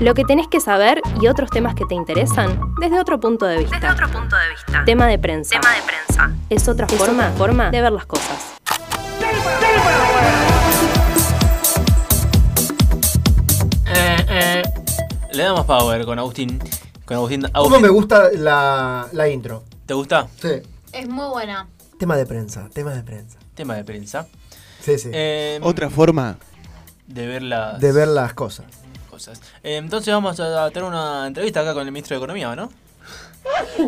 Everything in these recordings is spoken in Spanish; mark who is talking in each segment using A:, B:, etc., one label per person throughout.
A: Lo que tenés que saber y otros temas que te interesan desde otro punto de vista.
B: Desde otro punto de vista.
A: Tema de prensa.
B: Tema de prensa.
A: Es otra
B: Es
A: forma, forma de ver las cosas.
C: Eh, eh. Le damos power con Agustín. Con Agustín.
D: ¿Cómo
C: Agustín,
D: me gusta la, la intro?
C: ¿Te gusta?
D: Sí.
E: Es muy buena.
D: Tema de prensa, tema de prensa.
C: Tema de prensa.
D: Sí, sí.
C: Eh,
F: Otra forma.
C: de ver las
D: de ver las cosas.
C: cosas. Eh, entonces vamos a tener una entrevista acá con el ministro de Economía, ¿o ¿no?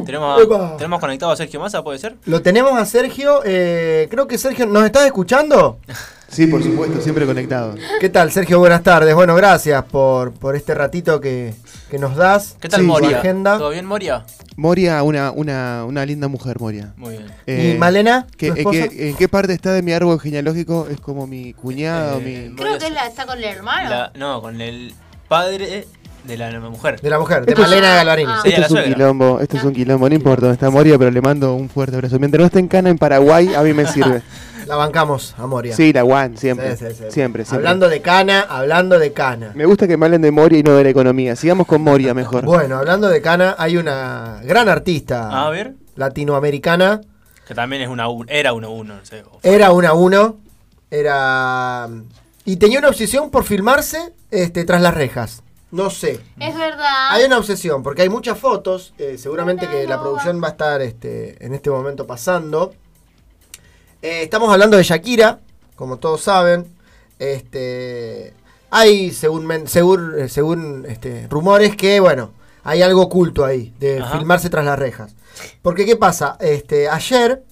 C: tenemos,
D: Epa.
C: tenemos conectado a Sergio Massa, ¿puede ser?
D: Lo tenemos a Sergio. eh, creo que Sergio, ¿nos estás escuchando?
F: Sí, por supuesto, siempre conectado.
D: ¿Qué tal, Sergio? Buenas tardes. Bueno, gracias por, por este ratito que, que nos das.
C: ¿Qué tal
F: Sí,
C: Moria?
D: tu agenda.
C: ¿Todo bien, Moria?
F: Moria, una, una, una linda mujer, Moria.
C: Muy bien.
F: Eh,
D: ¿Y Malena?
F: ¿qué-
D: tu
F: eh,
D: esposa?
F: qué- ¿En qué parte está de mi árbol genealógico? ¿Es como mi cuñada o
C: Eh,
F: mi...?
E: Creo
C: Moria
E: que
C: es-
E: la ah, está con el hermano.
C: la- no, con el padre de la mujer.
D: De la mujer, de
E: Esto es-
D: Malena Galvarini.
E: Ah.
C: Sí, a
F: Esto
C: la
F: es un
C: suegra.
F: quilombo, esto es un quilombo, no importa dónde está Moria, pero le mando un fuerte abrazo. Mientras no esté en cana en Paraguay, a mí me sirve.
D: La bancamos, a Moria.
F: Sí, la One, siempre.
D: Sí, sí, sí.
F: Siempre, siempre.
D: Hablando de cana, hablando de cana.
F: Me gusta que me hablen de Moria y no de la economía. Sigamos con Moria mejor.
D: Bueno, hablando de cana, hay una gran artista
C: A ver,
D: latinoamericana.
C: que también es una un- era uno uno, no sé. o-
D: Era una a uno. Era. Y tenía una obsesión por filmarse este, tras las rejas. No sé.
E: Es verdad.
D: Hay una obsesión, porque hay muchas fotos. eh, seguramente que la producción va a estar este, en este momento pasando. Eh, estamos hablando de Shakira, como todos saben. Este, hay, según, men- segur- eh, según este, rumores, que bueno, hay algo oculto ahí, de
C: Ajá.
D: filmarse tras las rejas. Porque, ¿qué pasa? Este, ayer,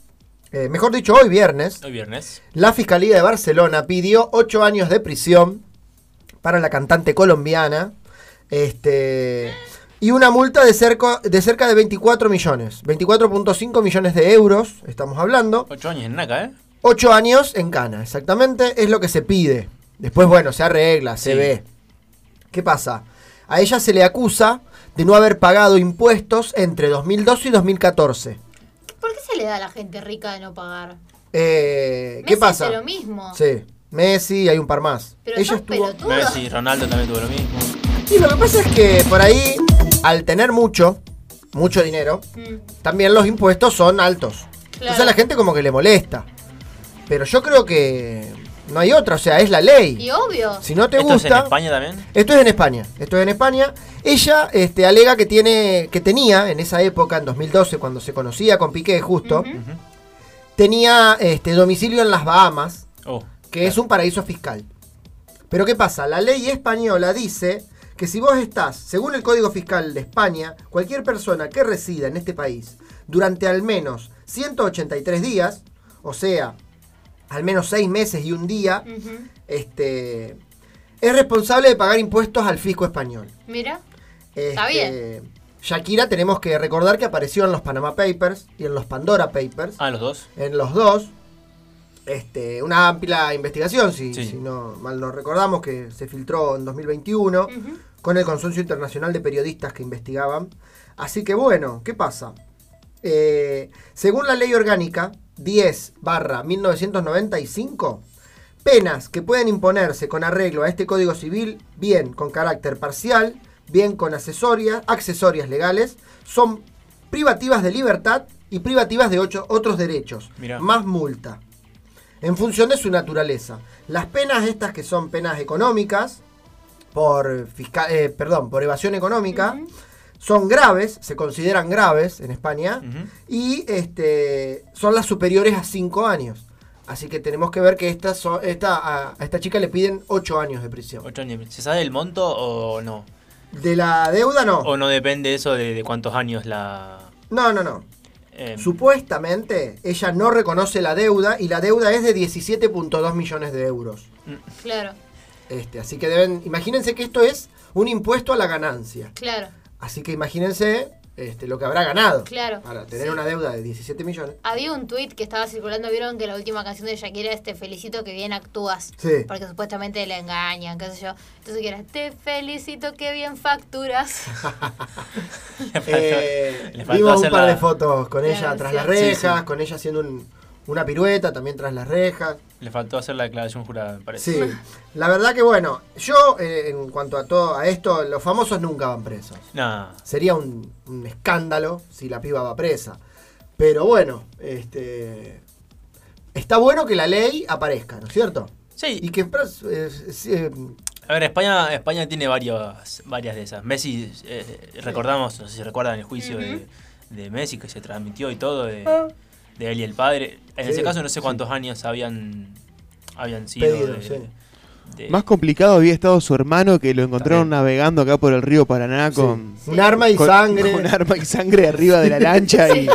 D: eh, mejor dicho, hoy viernes,
C: Hoy viernes.
D: la Fiscalía de Barcelona pidió ocho años de prisión para la cantante colombiana este, y una multa de cerca, de cerca de 24 millones, 24.5 millones de euros, estamos hablando.
C: Ocho años en Naca, ¿eh?
D: Ocho años en cana, exactamente, es lo que se pide. Después, bueno, se arregla, se
C: Sí.
D: ve. ¿Qué pasa? A ella se le acusa de no haber pagado impuestos entre 2012 y 2014.
E: ¿Por qué se le da a la gente rica de no pagar?
D: Eh, ¿Qué
E: Messi
D: pasa?
E: hace lo mismo.
D: Sí, Messi, hay un par más.
E: Pero
D: Ella
E: sos
D: estuvo.
E: pelotudo.
C: Messi, Ronaldo también tuvo lo mismo.
D: Y lo que pasa es que por ahí, al tener mucho, mucho dinero,
E: Mm.
D: también los impuestos son altos. Entonces a la gente como que le molesta. Pero yo creo que no hay otra, o sea, es la
E: Y
D: ley.
E: obvio.
D: Si no te
C: ¿Esto es en
D: gusta.
C: España también?
D: Esto es en España. Esto es en España. Ella este, alega que tiene, que tenía en esa época, en 2012, cuando se conocía con Piqué, justo,
C: Ujú.
D: tenía este domicilio en las Bahamas,
C: Oh,
D: que es un paraíso fiscal. Pero ¿qué pasa? La ley española dice que si vos estás, según el Código Fiscal de España, cualquier persona que resida en este país durante al menos 183 días, o sea, al menos 6 meses y un día,
E: Ujú.
D: este, es responsable de pagar impuestos al fisco español.
E: Mira.
D: Este,
E: Está bien.
D: Shakira tenemos que recordar que apareció en los Panama Papers y en los Pandora Papers
C: Ah, los dos.
D: en los dos. Este, una amplia investigación, si,
C: Sí.
D: si no mal nos recordamos, que se filtró en 2021
E: Ujú.
D: con el Consorcio Internacional de Periodistas que investigaban. Así que bueno, ¿qué pasa? Eh, según la ley orgánica 10 barra 1995, penas que pueden imponerse con arreglo a este Código Civil, bien con carácter parcial, bien con accesorias, accesorias legales, son privativas de libertad y privativas de ocho- otros derechos,
C: Mirá.
D: más multa, en función de su naturaleza. Las penas estas que son penas económicas, por, fisca- eh, perdón, por evasión económica,
E: Ujú.
D: son graves, se consideran graves en España,
C: Ujú.
D: y este, son las superiores a 5 años. Así que tenemos que ver que esta, so- esta, a, a esta chica le piden 8 años de prisión.
C: Ocho años. ¿Se sabe el monto o no?
D: De la deuda no.
C: ¿O no depende eso de, de cuántos años la...
D: No, no, no.
C: em,
D: Supuestamente ella no reconoce la deuda y la deuda es de 17.2 millones de euros.
E: Claro,
D: Este, así que deben, imagínense que esto es un impuesto a la ganancia.
E: claro.
D: Así que imagínense este, lo que habrá ganado.
E: Claro,
D: Para tener
E: sí.
D: una deuda de 17 millones.
E: Había un tweet que estaba circulando, vieron que la última canción de Shakira es Te felicito que bien actúas.
D: Sí.
E: Porque supuestamente le engañan, qué sé yo. Entonces que era Te felicito que bien facturas.
C: le faltó-
D: Eh,
C: le faltó
D: vimos un
C: hacer
D: par
C: la-
D: de fotos con ella
E: Claro,
D: tras
E: sí.
D: las rejas,
C: Sí, sí.
D: con ella haciendo un- una pirueta también tras las rejas.
C: Le faltó hacer la declaración jurada, me parece.
D: Sí, la verdad que bueno, yo eh, en cuanto a todo a esto, los famosos nunca van presos.
C: No.
D: Sería un, un escándalo si la piba va presa. Pero bueno, este está bueno que la ley aparezca, ¿no es cierto?
C: Sí.
D: Y que pras- eh, sí, eh,
C: A ver, España, España tiene varias, varias de esas. Messi, eh, recordamos, no sé si recuerdan el juicio de- de, Messi que se transmitió y todo, de, de él y el padre. En
D: Ah. Sí,
C: ese caso no sé cuántos años habían, habían sido.
D: Pedido,
C: de-
D: sí.
C: de-
F: Más complicado había estado su hermano que lo encontraron navegando acá por el río Paraná con,
D: sí, un arma y
F: con-
D: sangre.
F: con arma y sangre arriba de la lancha y,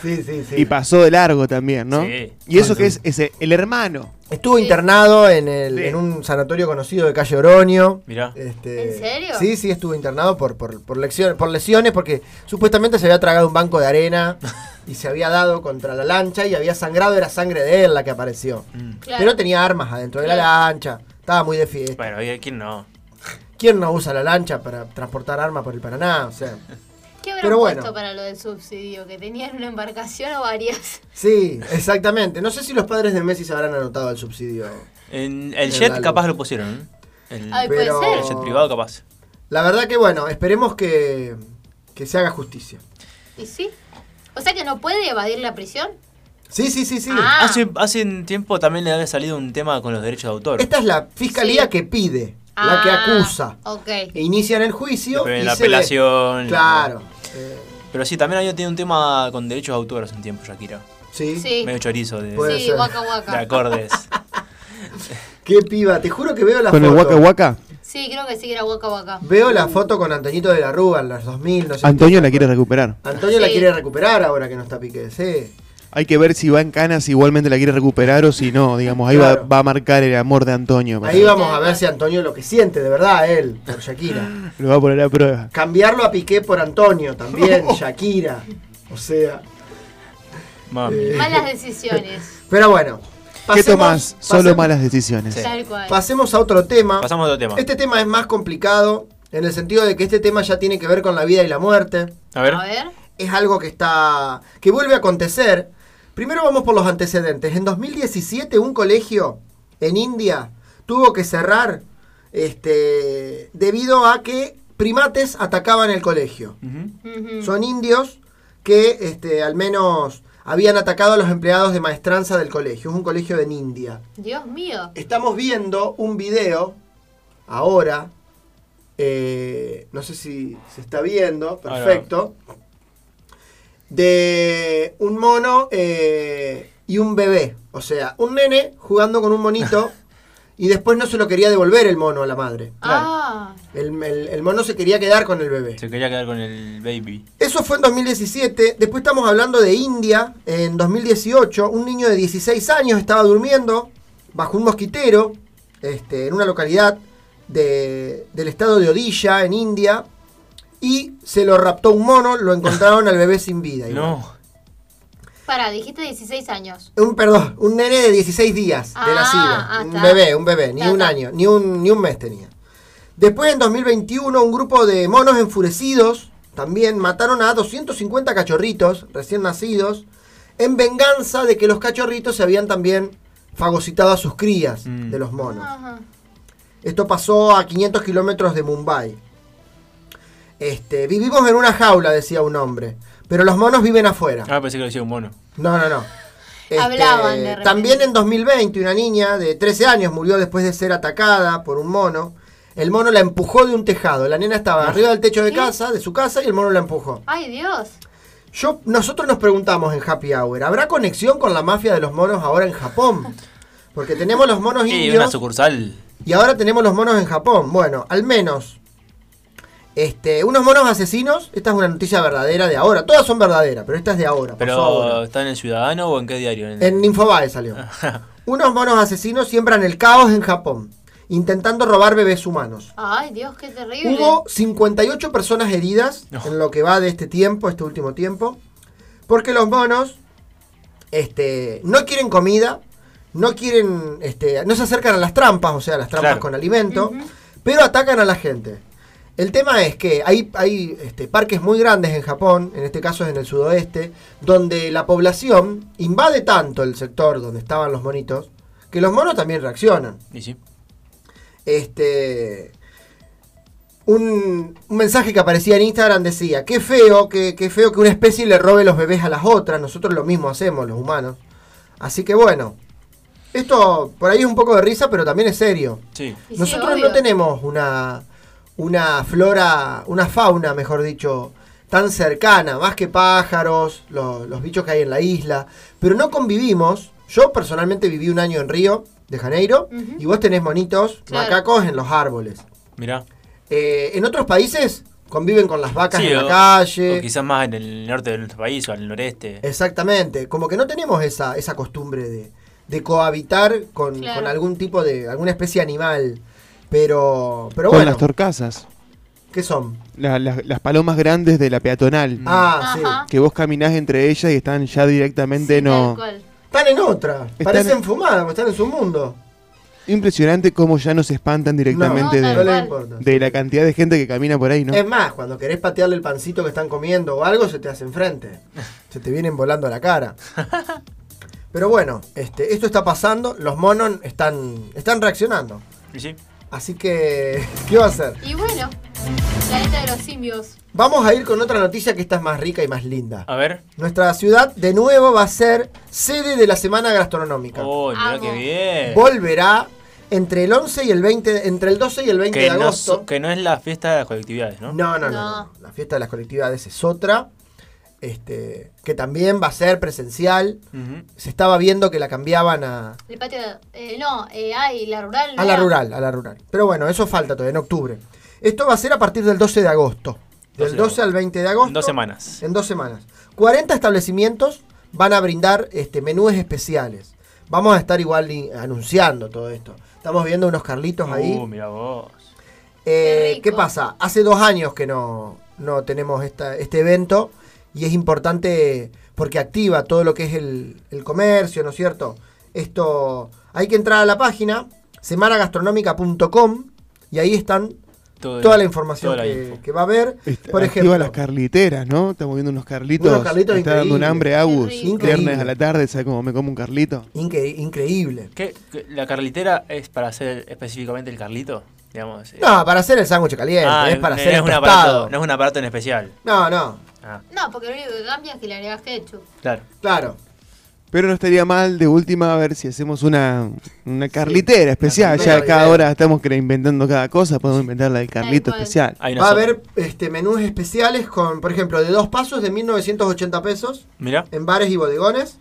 D: Sí, sí, sí.
F: y pasó de largo también, ¿no?
C: Sí.
F: Y eso
D: Bueno.
F: que es ese, el hermano.
D: Estuvo internado en, el-
F: Sí.
D: en un sanatorio conocido de calle Oroño.
C: Mirá.
D: Este,
E: ¿En serio?
D: Sí, sí, estuvo internado por, por, por, lección- por lesiones porque supuestamente se había tragado un banco de arena y se había dado contra la lancha y había sangrado, era sangre de él la que apareció.
C: Mm.
E: Claro.
D: Pero tenía armas adentro de la lancha, estaba muy de fiesta.
C: Bueno, oye, ¿quién no?
D: ¿Quién no usa la lancha para transportar armas por el Paraná? O sea,
E: ¿Qué habrán
D: pero
E: puesto
D: bueno.
E: para lo del subsidio? ¿Que tenían una embarcación o varias?
D: sí, exactamente. No sé si los padres de Messi se habrán anotado el subsidio.
C: En el
D: Era
C: jet
D: algo.
C: capaz lo pusieron. ¿eh? El,
E: Ay,
D: Pero-
E: puede
C: el
E: ser.
C: jet privado capaz.
D: La verdad que bueno, esperemos que, que se haga justicia.
E: ¿Y sí? O sea que no puede evadir la prisión.
D: Sí, sí, sí, sí.
E: Ah.
C: Hace, hace un tiempo también le había salido un tema con los derechos de autor.
D: Esta es la fiscalía
E: Sí.
D: que pide, la
E: Ah,
D: que acusa.
E: Ok.
D: E inician el juicio.
C: Después
D: y
C: la
D: se ve.
C: apelación.
D: Claro. eh,
C: Pero sí, también había tenido un tema con derechos de autor hace un tiempo, Shakira.
D: sí.
E: Sí.
C: Medio chorizo de,
D: Puede
E: Sí,
D: ser.
E: guaca
C: de
E: guaca.
C: acordes.
D: Qué piba, te juro que veo la
F: Con el
D: foto.
F: Waka Waka.
E: Sí, creo que sí que era guaca guaca.
D: Veo la foto con Antoñito de la Rúa en los 2000, no sé.
F: Antonio la quiere recuperar.
D: Antonio la
E: Sí.
D: quiere recuperar ahora que no está Piqué. Sí.
F: Hay que ver si va en canas, igualmente la quiere recuperar o si no, digamos. Ahí va-
D: Claro.
F: va, a marcar el amor de Antonio.
D: Ahí vamos a ver si Antonio lo que siente de verdad él por Shakira.
F: Lo va a poner a prueba.
D: Cambiarlo a Piqué por Antonio también, Shakira. O sea,
C: Mami.
E: Malas decisiones.
D: pero bueno.
F: ¿Qué
D: pasemos-
F: tomás? Solo
D: pasemos-
F: malas decisiones.
C: Sí.
E: Tal cual.
D: Pasemos a otro tema.
C: Pasamos a otro tema.
D: Este tema es más complicado en el sentido de que este tema ya tiene que ver con la vida y la muerte.
C: A ver.
E: A ver.
D: Es algo que está que vuelve a acontecer. Primero vamos por los antecedentes. En 2017 un colegio en India tuvo que cerrar este debido a que primates atacaban el colegio.
C: Ujú.
E: Ujú.
D: Son indios que este, al menos habían atacado a los empleados de maestranza del colegio. Es un colegio en India.
E: Dios mío.
D: Estamos viendo un video ahora. eh, no sé si se está viendo,
C: Ahora.
D: perfecto. De un mono eh, y un bebé. O sea, un nene jugando con un monito y después no se lo quería devolver el mono a la madre.
C: Claro.
E: Ah.
D: El, el- el mono se quería quedar con el bebé.
C: Se quería quedar con el baby.
D: Eso fue en 2017. Después estamos hablando de India. En 2018, un niño de 16 años estaba durmiendo bajo un mosquitero este, en una localidad de- del estado de Odisha, en India. Y se lo raptó un mono, lo encontraron al bebé sin vida. igual.
C: No.
E: Pará, dijiste 16 años.
D: Un, perdón, un nene de 16 días de
E: Ah,
D: nacido.
E: ah,
D: un
E: está.
D: bebé, un bebé, ni
E: Está,
D: un
E: está.
D: año, ni un, ni un mes tenía. Después, en 2021, un grupo de monos enfurecidos también mataron a 250 cachorritos recién nacidos en venganza de que los cachorritos se habían también fagocitado a sus crías
C: Mm.
D: de los monos.
E: Ajá.
D: Esto pasó a 500 kilómetros de Mumbai. Este, vivimos en una jaula, decía un hombre, pero los monos viven afuera.
C: Ah, pensé que lo decía un mono.
D: No, no, no.
E: Hablaban de repente.
D: También en 2020 una niña de 13 años murió después de ser atacada por un mono. El mono la empujó de un tejado. La nena estaba arriba del techo de
E: ¿Qué?
D: casa, de su casa, y el mono la empujó.
E: Ay, Dios.
D: Yo, nosotros nos preguntamos en Happy Hour, ¿habrá conexión con la mafia de los monos ahora en Japón? Porque tenemos los
C: Y
D: monos
C: una
D: indios
C: sucursal.
D: y ahora tenemos los monos en Japón. Bueno, al menos este, unos monos asesinos. Esta es una noticia verdadera de ahora. Todas son verdaderas, pero esta es de ahora. pasó ahora.
C: Pero, ¿está en el Ciudadano o en qué diario? En-
D: En Infobae salió. Unos monos asesinos siembran el caos en Japón, intentando robar bebés humanos.
E: Ay, Dios, qué terrible.
D: Hubo 58 personas heridas
C: No.
D: en lo que va de este tiempo, este último tiempo, porque los monos este, no quieren comida, no quieren, este, no se acercan a las trampas, o sea, las trampas
C: Claro.
D: con alimento, pero atacan a la gente. El tema es que hay, hay este, parques muy grandes en Japón, en este caso es en el sudoeste, donde la población invade tanto el sector donde estaban los monitos, que los monos también reaccionan.
C: Y sí.
D: Este. Un, un mensaje que aparecía en Instagram decía: Qué feo, que, qué feo que una especie le robe los bebés a las otras. Nosotros lo mismo hacemos, los humanos. Así que bueno. Esto por ahí es un poco de risa, pero también es serio.
C: Sí.
E: Y sí,
D: Nosotros
E: obvio.
D: no tenemos una, una flora, una fauna, mejor dicho, tan cercana, más que pájaros, lo- los bichos que hay en la isla, pero no convivimos. Yo personalmente viví un año en Río de Janeiro
E: Ujú.
D: y vos tenés monitos,
E: Claro.
D: macacos en los árboles.
C: Mirá.
D: Eh, en otros países conviven con las vacas
C: Sí,
D: en
C: o-
D: la calle.
C: O quizás más en el norte de nuestro país o al noreste.
D: Exactamente, como que no tenemos esa, esa costumbre de, de cohabitar con,
E: Claro.
D: con algún tipo de, alguna especie animal. Pero, pero
F: Con
D: bueno,
F: las torcasas.
D: ¿qué son?
F: La- la- las palomas grandes de la peatonal.
D: Ah, sí.
E: Ajá.
F: Que vos caminás entre ellas y están ya directamente
E: Sí,
F: no.
E: tal cual.
D: Están en otra. Parecen
F: en-
D: fumadas, porque están en su mundo.
F: Impresionante cómo ya no se espantan directamente
E: No,
D: no,
F: de,
E: tal
D: les
E: cual.
D: importa.
F: de la cantidad de gente que camina por ahí, ¿no?
D: Es más, cuando querés patearle el pancito que están comiendo o algo, se te hace enfrente. Se te vienen volando a la cara. Pero bueno, este, esto está pasando. Los monos están, están reaccionando.
C: Y sí.
D: Así que, ¿qué va a hacer?
E: Y bueno, la dieta de los simbios.
D: Vamos a ir con otra noticia que esta es más rica y más
F: Ah.
D: linda.
C: A ver.
D: Nuestra ciudad de nuevo va a ser sede de la Semana Gastronómica.
C: Oh, mirá
E: Amo.
C: qué bien.
D: Volverá entre el 11 y el 20, de- entre el 12 y el 20 de
C: Que no,
D: agosto.
C: so- que no es la fiesta de las colectividades, ¿no?
D: No, no, no,
E: No.
D: no. La fiesta de las colectividades es otra, este, que también va a ser presencial.
C: Ujú.
D: Se estaba viendo que la cambiaban a,
E: El patio. eh, no, eh, ay, la rural.
D: a
E: ¿no
D: Ah, la
E: era?
D: rural, a la rural. Pero bueno, eso falta todavía, en octubre. Esto va a ser a partir del 12 de agosto.
C: 12
D: Del
C: de
D: 12
C: agosto.
D: al 20 de agosto.
C: En dos semanas.
D: En dos semanas. 40 establecimientos van a brindar este, menús especiales. Vamos a estar igual i- anunciando todo esto. Estamos viendo unos carlitos ahí.
C: Uh, mirá vos.
D: Eh,
E: Qué rico.
D: ¿Qué pasa? Hace dos años que no, no tenemos esta, este evento y es importante porque activa todo lo que es el, el comercio, ¿no es cierto? Esto, hay que entrar a la página semanagastronómica.com y ahí están
C: Todo-
D: toda la información
C: toda la
D: que,
C: info.
D: que va a haber.
F: Está-
D: Por
F: activa
D: ejemplo,
F: las carliteras, ¿no? Estamos viendo unos carlitos.
D: Unos carlitos
F: Está dando un
D: increíbles.
F: hambre Agus.
E: Qué
D: rico.
F: Viernes
D: Increíble.
F: a la tarde, ¿sabes cómo me como un carlito?
D: incre- increíble.
C: ¿Qué, qué- la carlitera es para hacer específicamente el carlito? Digamos. eh.
D: No, para hacer el sándwich caliente,
C: Ah,
D: es para
C: no
D: hacer el
C: un
D: tostado.
C: aparato, no es un aparato en especial.
D: No, no,
C: Ah,
E: No, porque lo único que cambia es que le agregas ketchup.
C: claro.
D: claro.
F: Pero no estaría mal de última a ver si hacemos una, una carlitera especial.
D: carlitera
F: Ya cada
D: ideal.
F: hora estamos cre- inventando cada cosa, podemos inventar la del carlito
E: cual.
F: especial.
C: Hay una
D: Va a
C: sopa.
D: haber este, menús especiales con, por ejemplo, de dos pasos de 1980 pesos.
C: Mirá.
D: en bares y bodegones.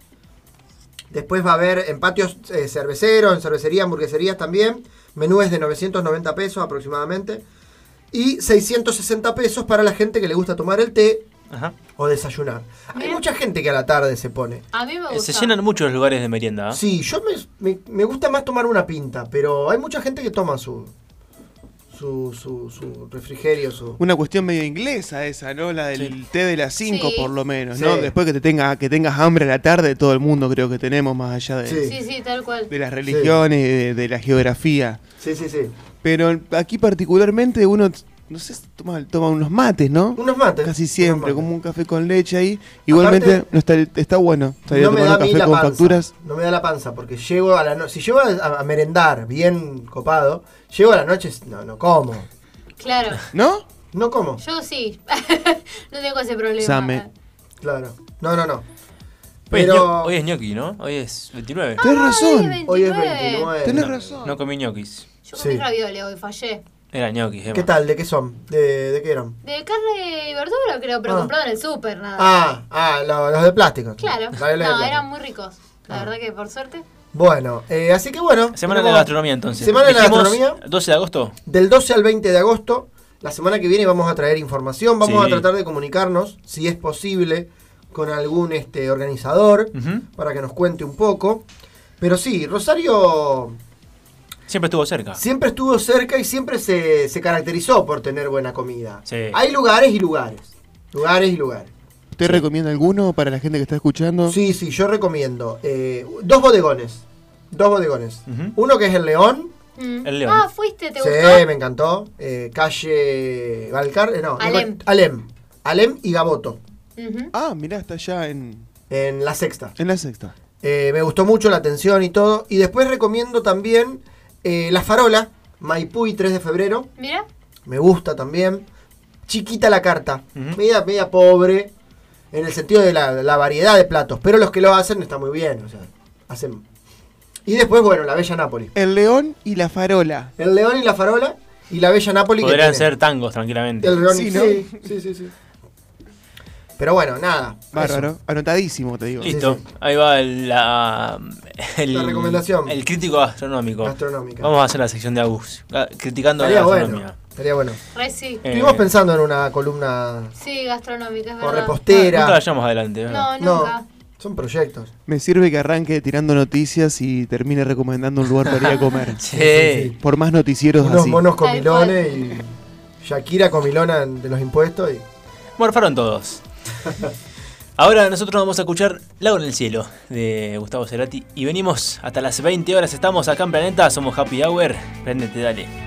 D: Después va a haber en patios eh, cerveceros, en cervecerías, hamburgueserías también. Menúes de 990 pesos aproximadamente. Y 660 pesos para la gente que le gusta tomar el té
C: Ajá.
D: o desayunar. Hay
E: Bien.
D: mucha gente que a la tarde se pone.
E: A mí me
C: Eh,
E: gusta.
C: Se llenan muchos lugares de merienda. ¿ah?
D: Sí, yo me, me- me gusta más tomar una pinta, pero hay mucha gente que toma su, su, su, su refrigerio, su...
F: Una cuestión medio inglesa esa, ¿no? La del
C: Sí.
F: té de las 5
E: Sí.
F: por lo menos,
D: Sí.
F: ¿no? Después que te tenga, que tengas hambre a la tarde, todo el mundo creo que tenemos, más allá de,
D: Sí.
E: Sí, sí, tal cual.
F: de las religiones, y de, de la geografía.
D: Sí, sí, sí.
F: Pero aquí particularmente uno, no sé, toma, toma unos mates, ¿no?
D: Unos mates.
F: Casi
D: unos
F: siempre,
D: mates.
F: como un café con leche ahí. Igualmente, no está, está bueno. Estaría
D: no me
F: tomar
D: da
F: un
D: a mí
F: café
D: la
F: con
D: panza.
F: facturas.
D: No me da la panza porque llego a la noche. Si llego a, a merendar bien copado, llego a la noche. No, no como.
E: Claro.
F: ¿No?
D: No como.
E: Yo sí. no tengo ese problema.
F: Same.
D: Claro. No, no, no.
C: Hoy es
D: Pero-
C: ño- Hoy es ñoqui, ¿no? Hoy es 29.
F: Tenés razón.
E: Ay,
D: Hoy es
E: 29.
D: 29.
F: Tenés
C: No,
F: razón.
C: No comí ñoquis.
E: Yo comí
D: Sí.
E: ravioles hoy, fallé.
C: Era ñoquis, Emma.
D: ¿Qué tal? ¿De qué son? ¿De, de qué eran?
E: De carne y verdura, creo, pero
D: Ah.
E: comprado en el súper, nada.
D: Ah, ah, lo- los de plástico.
E: Claro.
D: Los ravioles de Ah.
E: No,
D: plástico.
E: eran muy ricos. La verdad que por suerte.
D: Bueno, eh, así que bueno.
C: Semana de la
D: tenemos-
C: gastronomía, entonces.
D: Semana de la
C: Dijimos,
D: gastronomía.
C: 12 de agosto.
D: Del 12 al 20 de agosto. La semana que viene vamos a traer información. Vamos
C: Sí.
D: a tratar de comunicarnos, si es posible, con algún este, organizador.
C: Ujú.
D: para que nos cuente un poco. Pero sí, Rosario
C: Siempre estuvo cerca.
D: siempre estuvo cerca y siempre se, se caracterizó por tener buena comida.
C: Sí.
D: Hay lugares y lugares. Lugares y lugares.
F: ¿Usted recomienda alguno para la gente que está escuchando?
D: Sí, sí, yo recomiendo. eh, dos bodegones. Dos bodegones.
C: Ujú.
D: Uno que es el León.
E: Mm.
C: El león.
E: Ah, fuiste, ¿te
D: sí,
E: gustó?
D: me encantó. eh, calle Valcar. eh, no,
E: Alem.
D: Nico- Alem. Alem y Gaboto.
E: Ujú.
F: Ah, mirá, está ya en,
D: En la sexta.
F: en la sexta.
D: Eh, me gustó mucho la atención y todo. Y después recomiendo también eh, La Farola, Maipú y 3 de febrero.
E: Mira,
D: Me gusta también. Chiquita la carta.
C: Ujú.
D: media, media pobre. En el sentido de la, la variedad de platos. Pero los que lo hacen está muy bien. O sea, hacen. Y después, bueno, la Bella Nápoli.
F: El león y la farola.
D: El León y la Farola y la Bella Nápoli. que
C: Podrían
D: tiene.
C: ser tangos tranquilamente.
D: El León
F: Sí,
D: sí,
F: ¿no?
D: sí, sí, sí, Pero bueno, nada.
F: Bárbaro.
D: eso.
F: Anotadísimo, te digo.
D: Sí.
C: Listo, ahí va el, la, el-
D: La recomendación.
C: El crítico gastronómico.
D: Gastronómica.
C: Vamos a hacer la sección de Agus, ga- criticando
D: Estaría
C: la gastronomía.
D: bueno. Estaría bueno.
E: re sí.
C: Eh,
D: Estuvimos pensando en una columna
E: Sí,
D: o
E: gastronómica, es verdad.
C: Nunca
D: repostera.
C: la llevamos adelante, ¿verdad?
E: Ah, No, nunca.
D: son proyectos.
F: Me sirve que arranque tirando noticias y termine recomendando un lugar para ir a comer.
C: Sí.
D: sí,
F: Por más noticieros
D: Unos
F: así.
D: monos
E: Tal
D: comilones y Shakira comilona en- de los impuestos. Y...
C: Morfaron todos. Ahora nosotros vamos a escuchar Lago en el Cielo de Gustavo Cerati y venimos hasta las 20 horas. Estamos acá en Planeta, somos Happy Hour. Prendete, dale.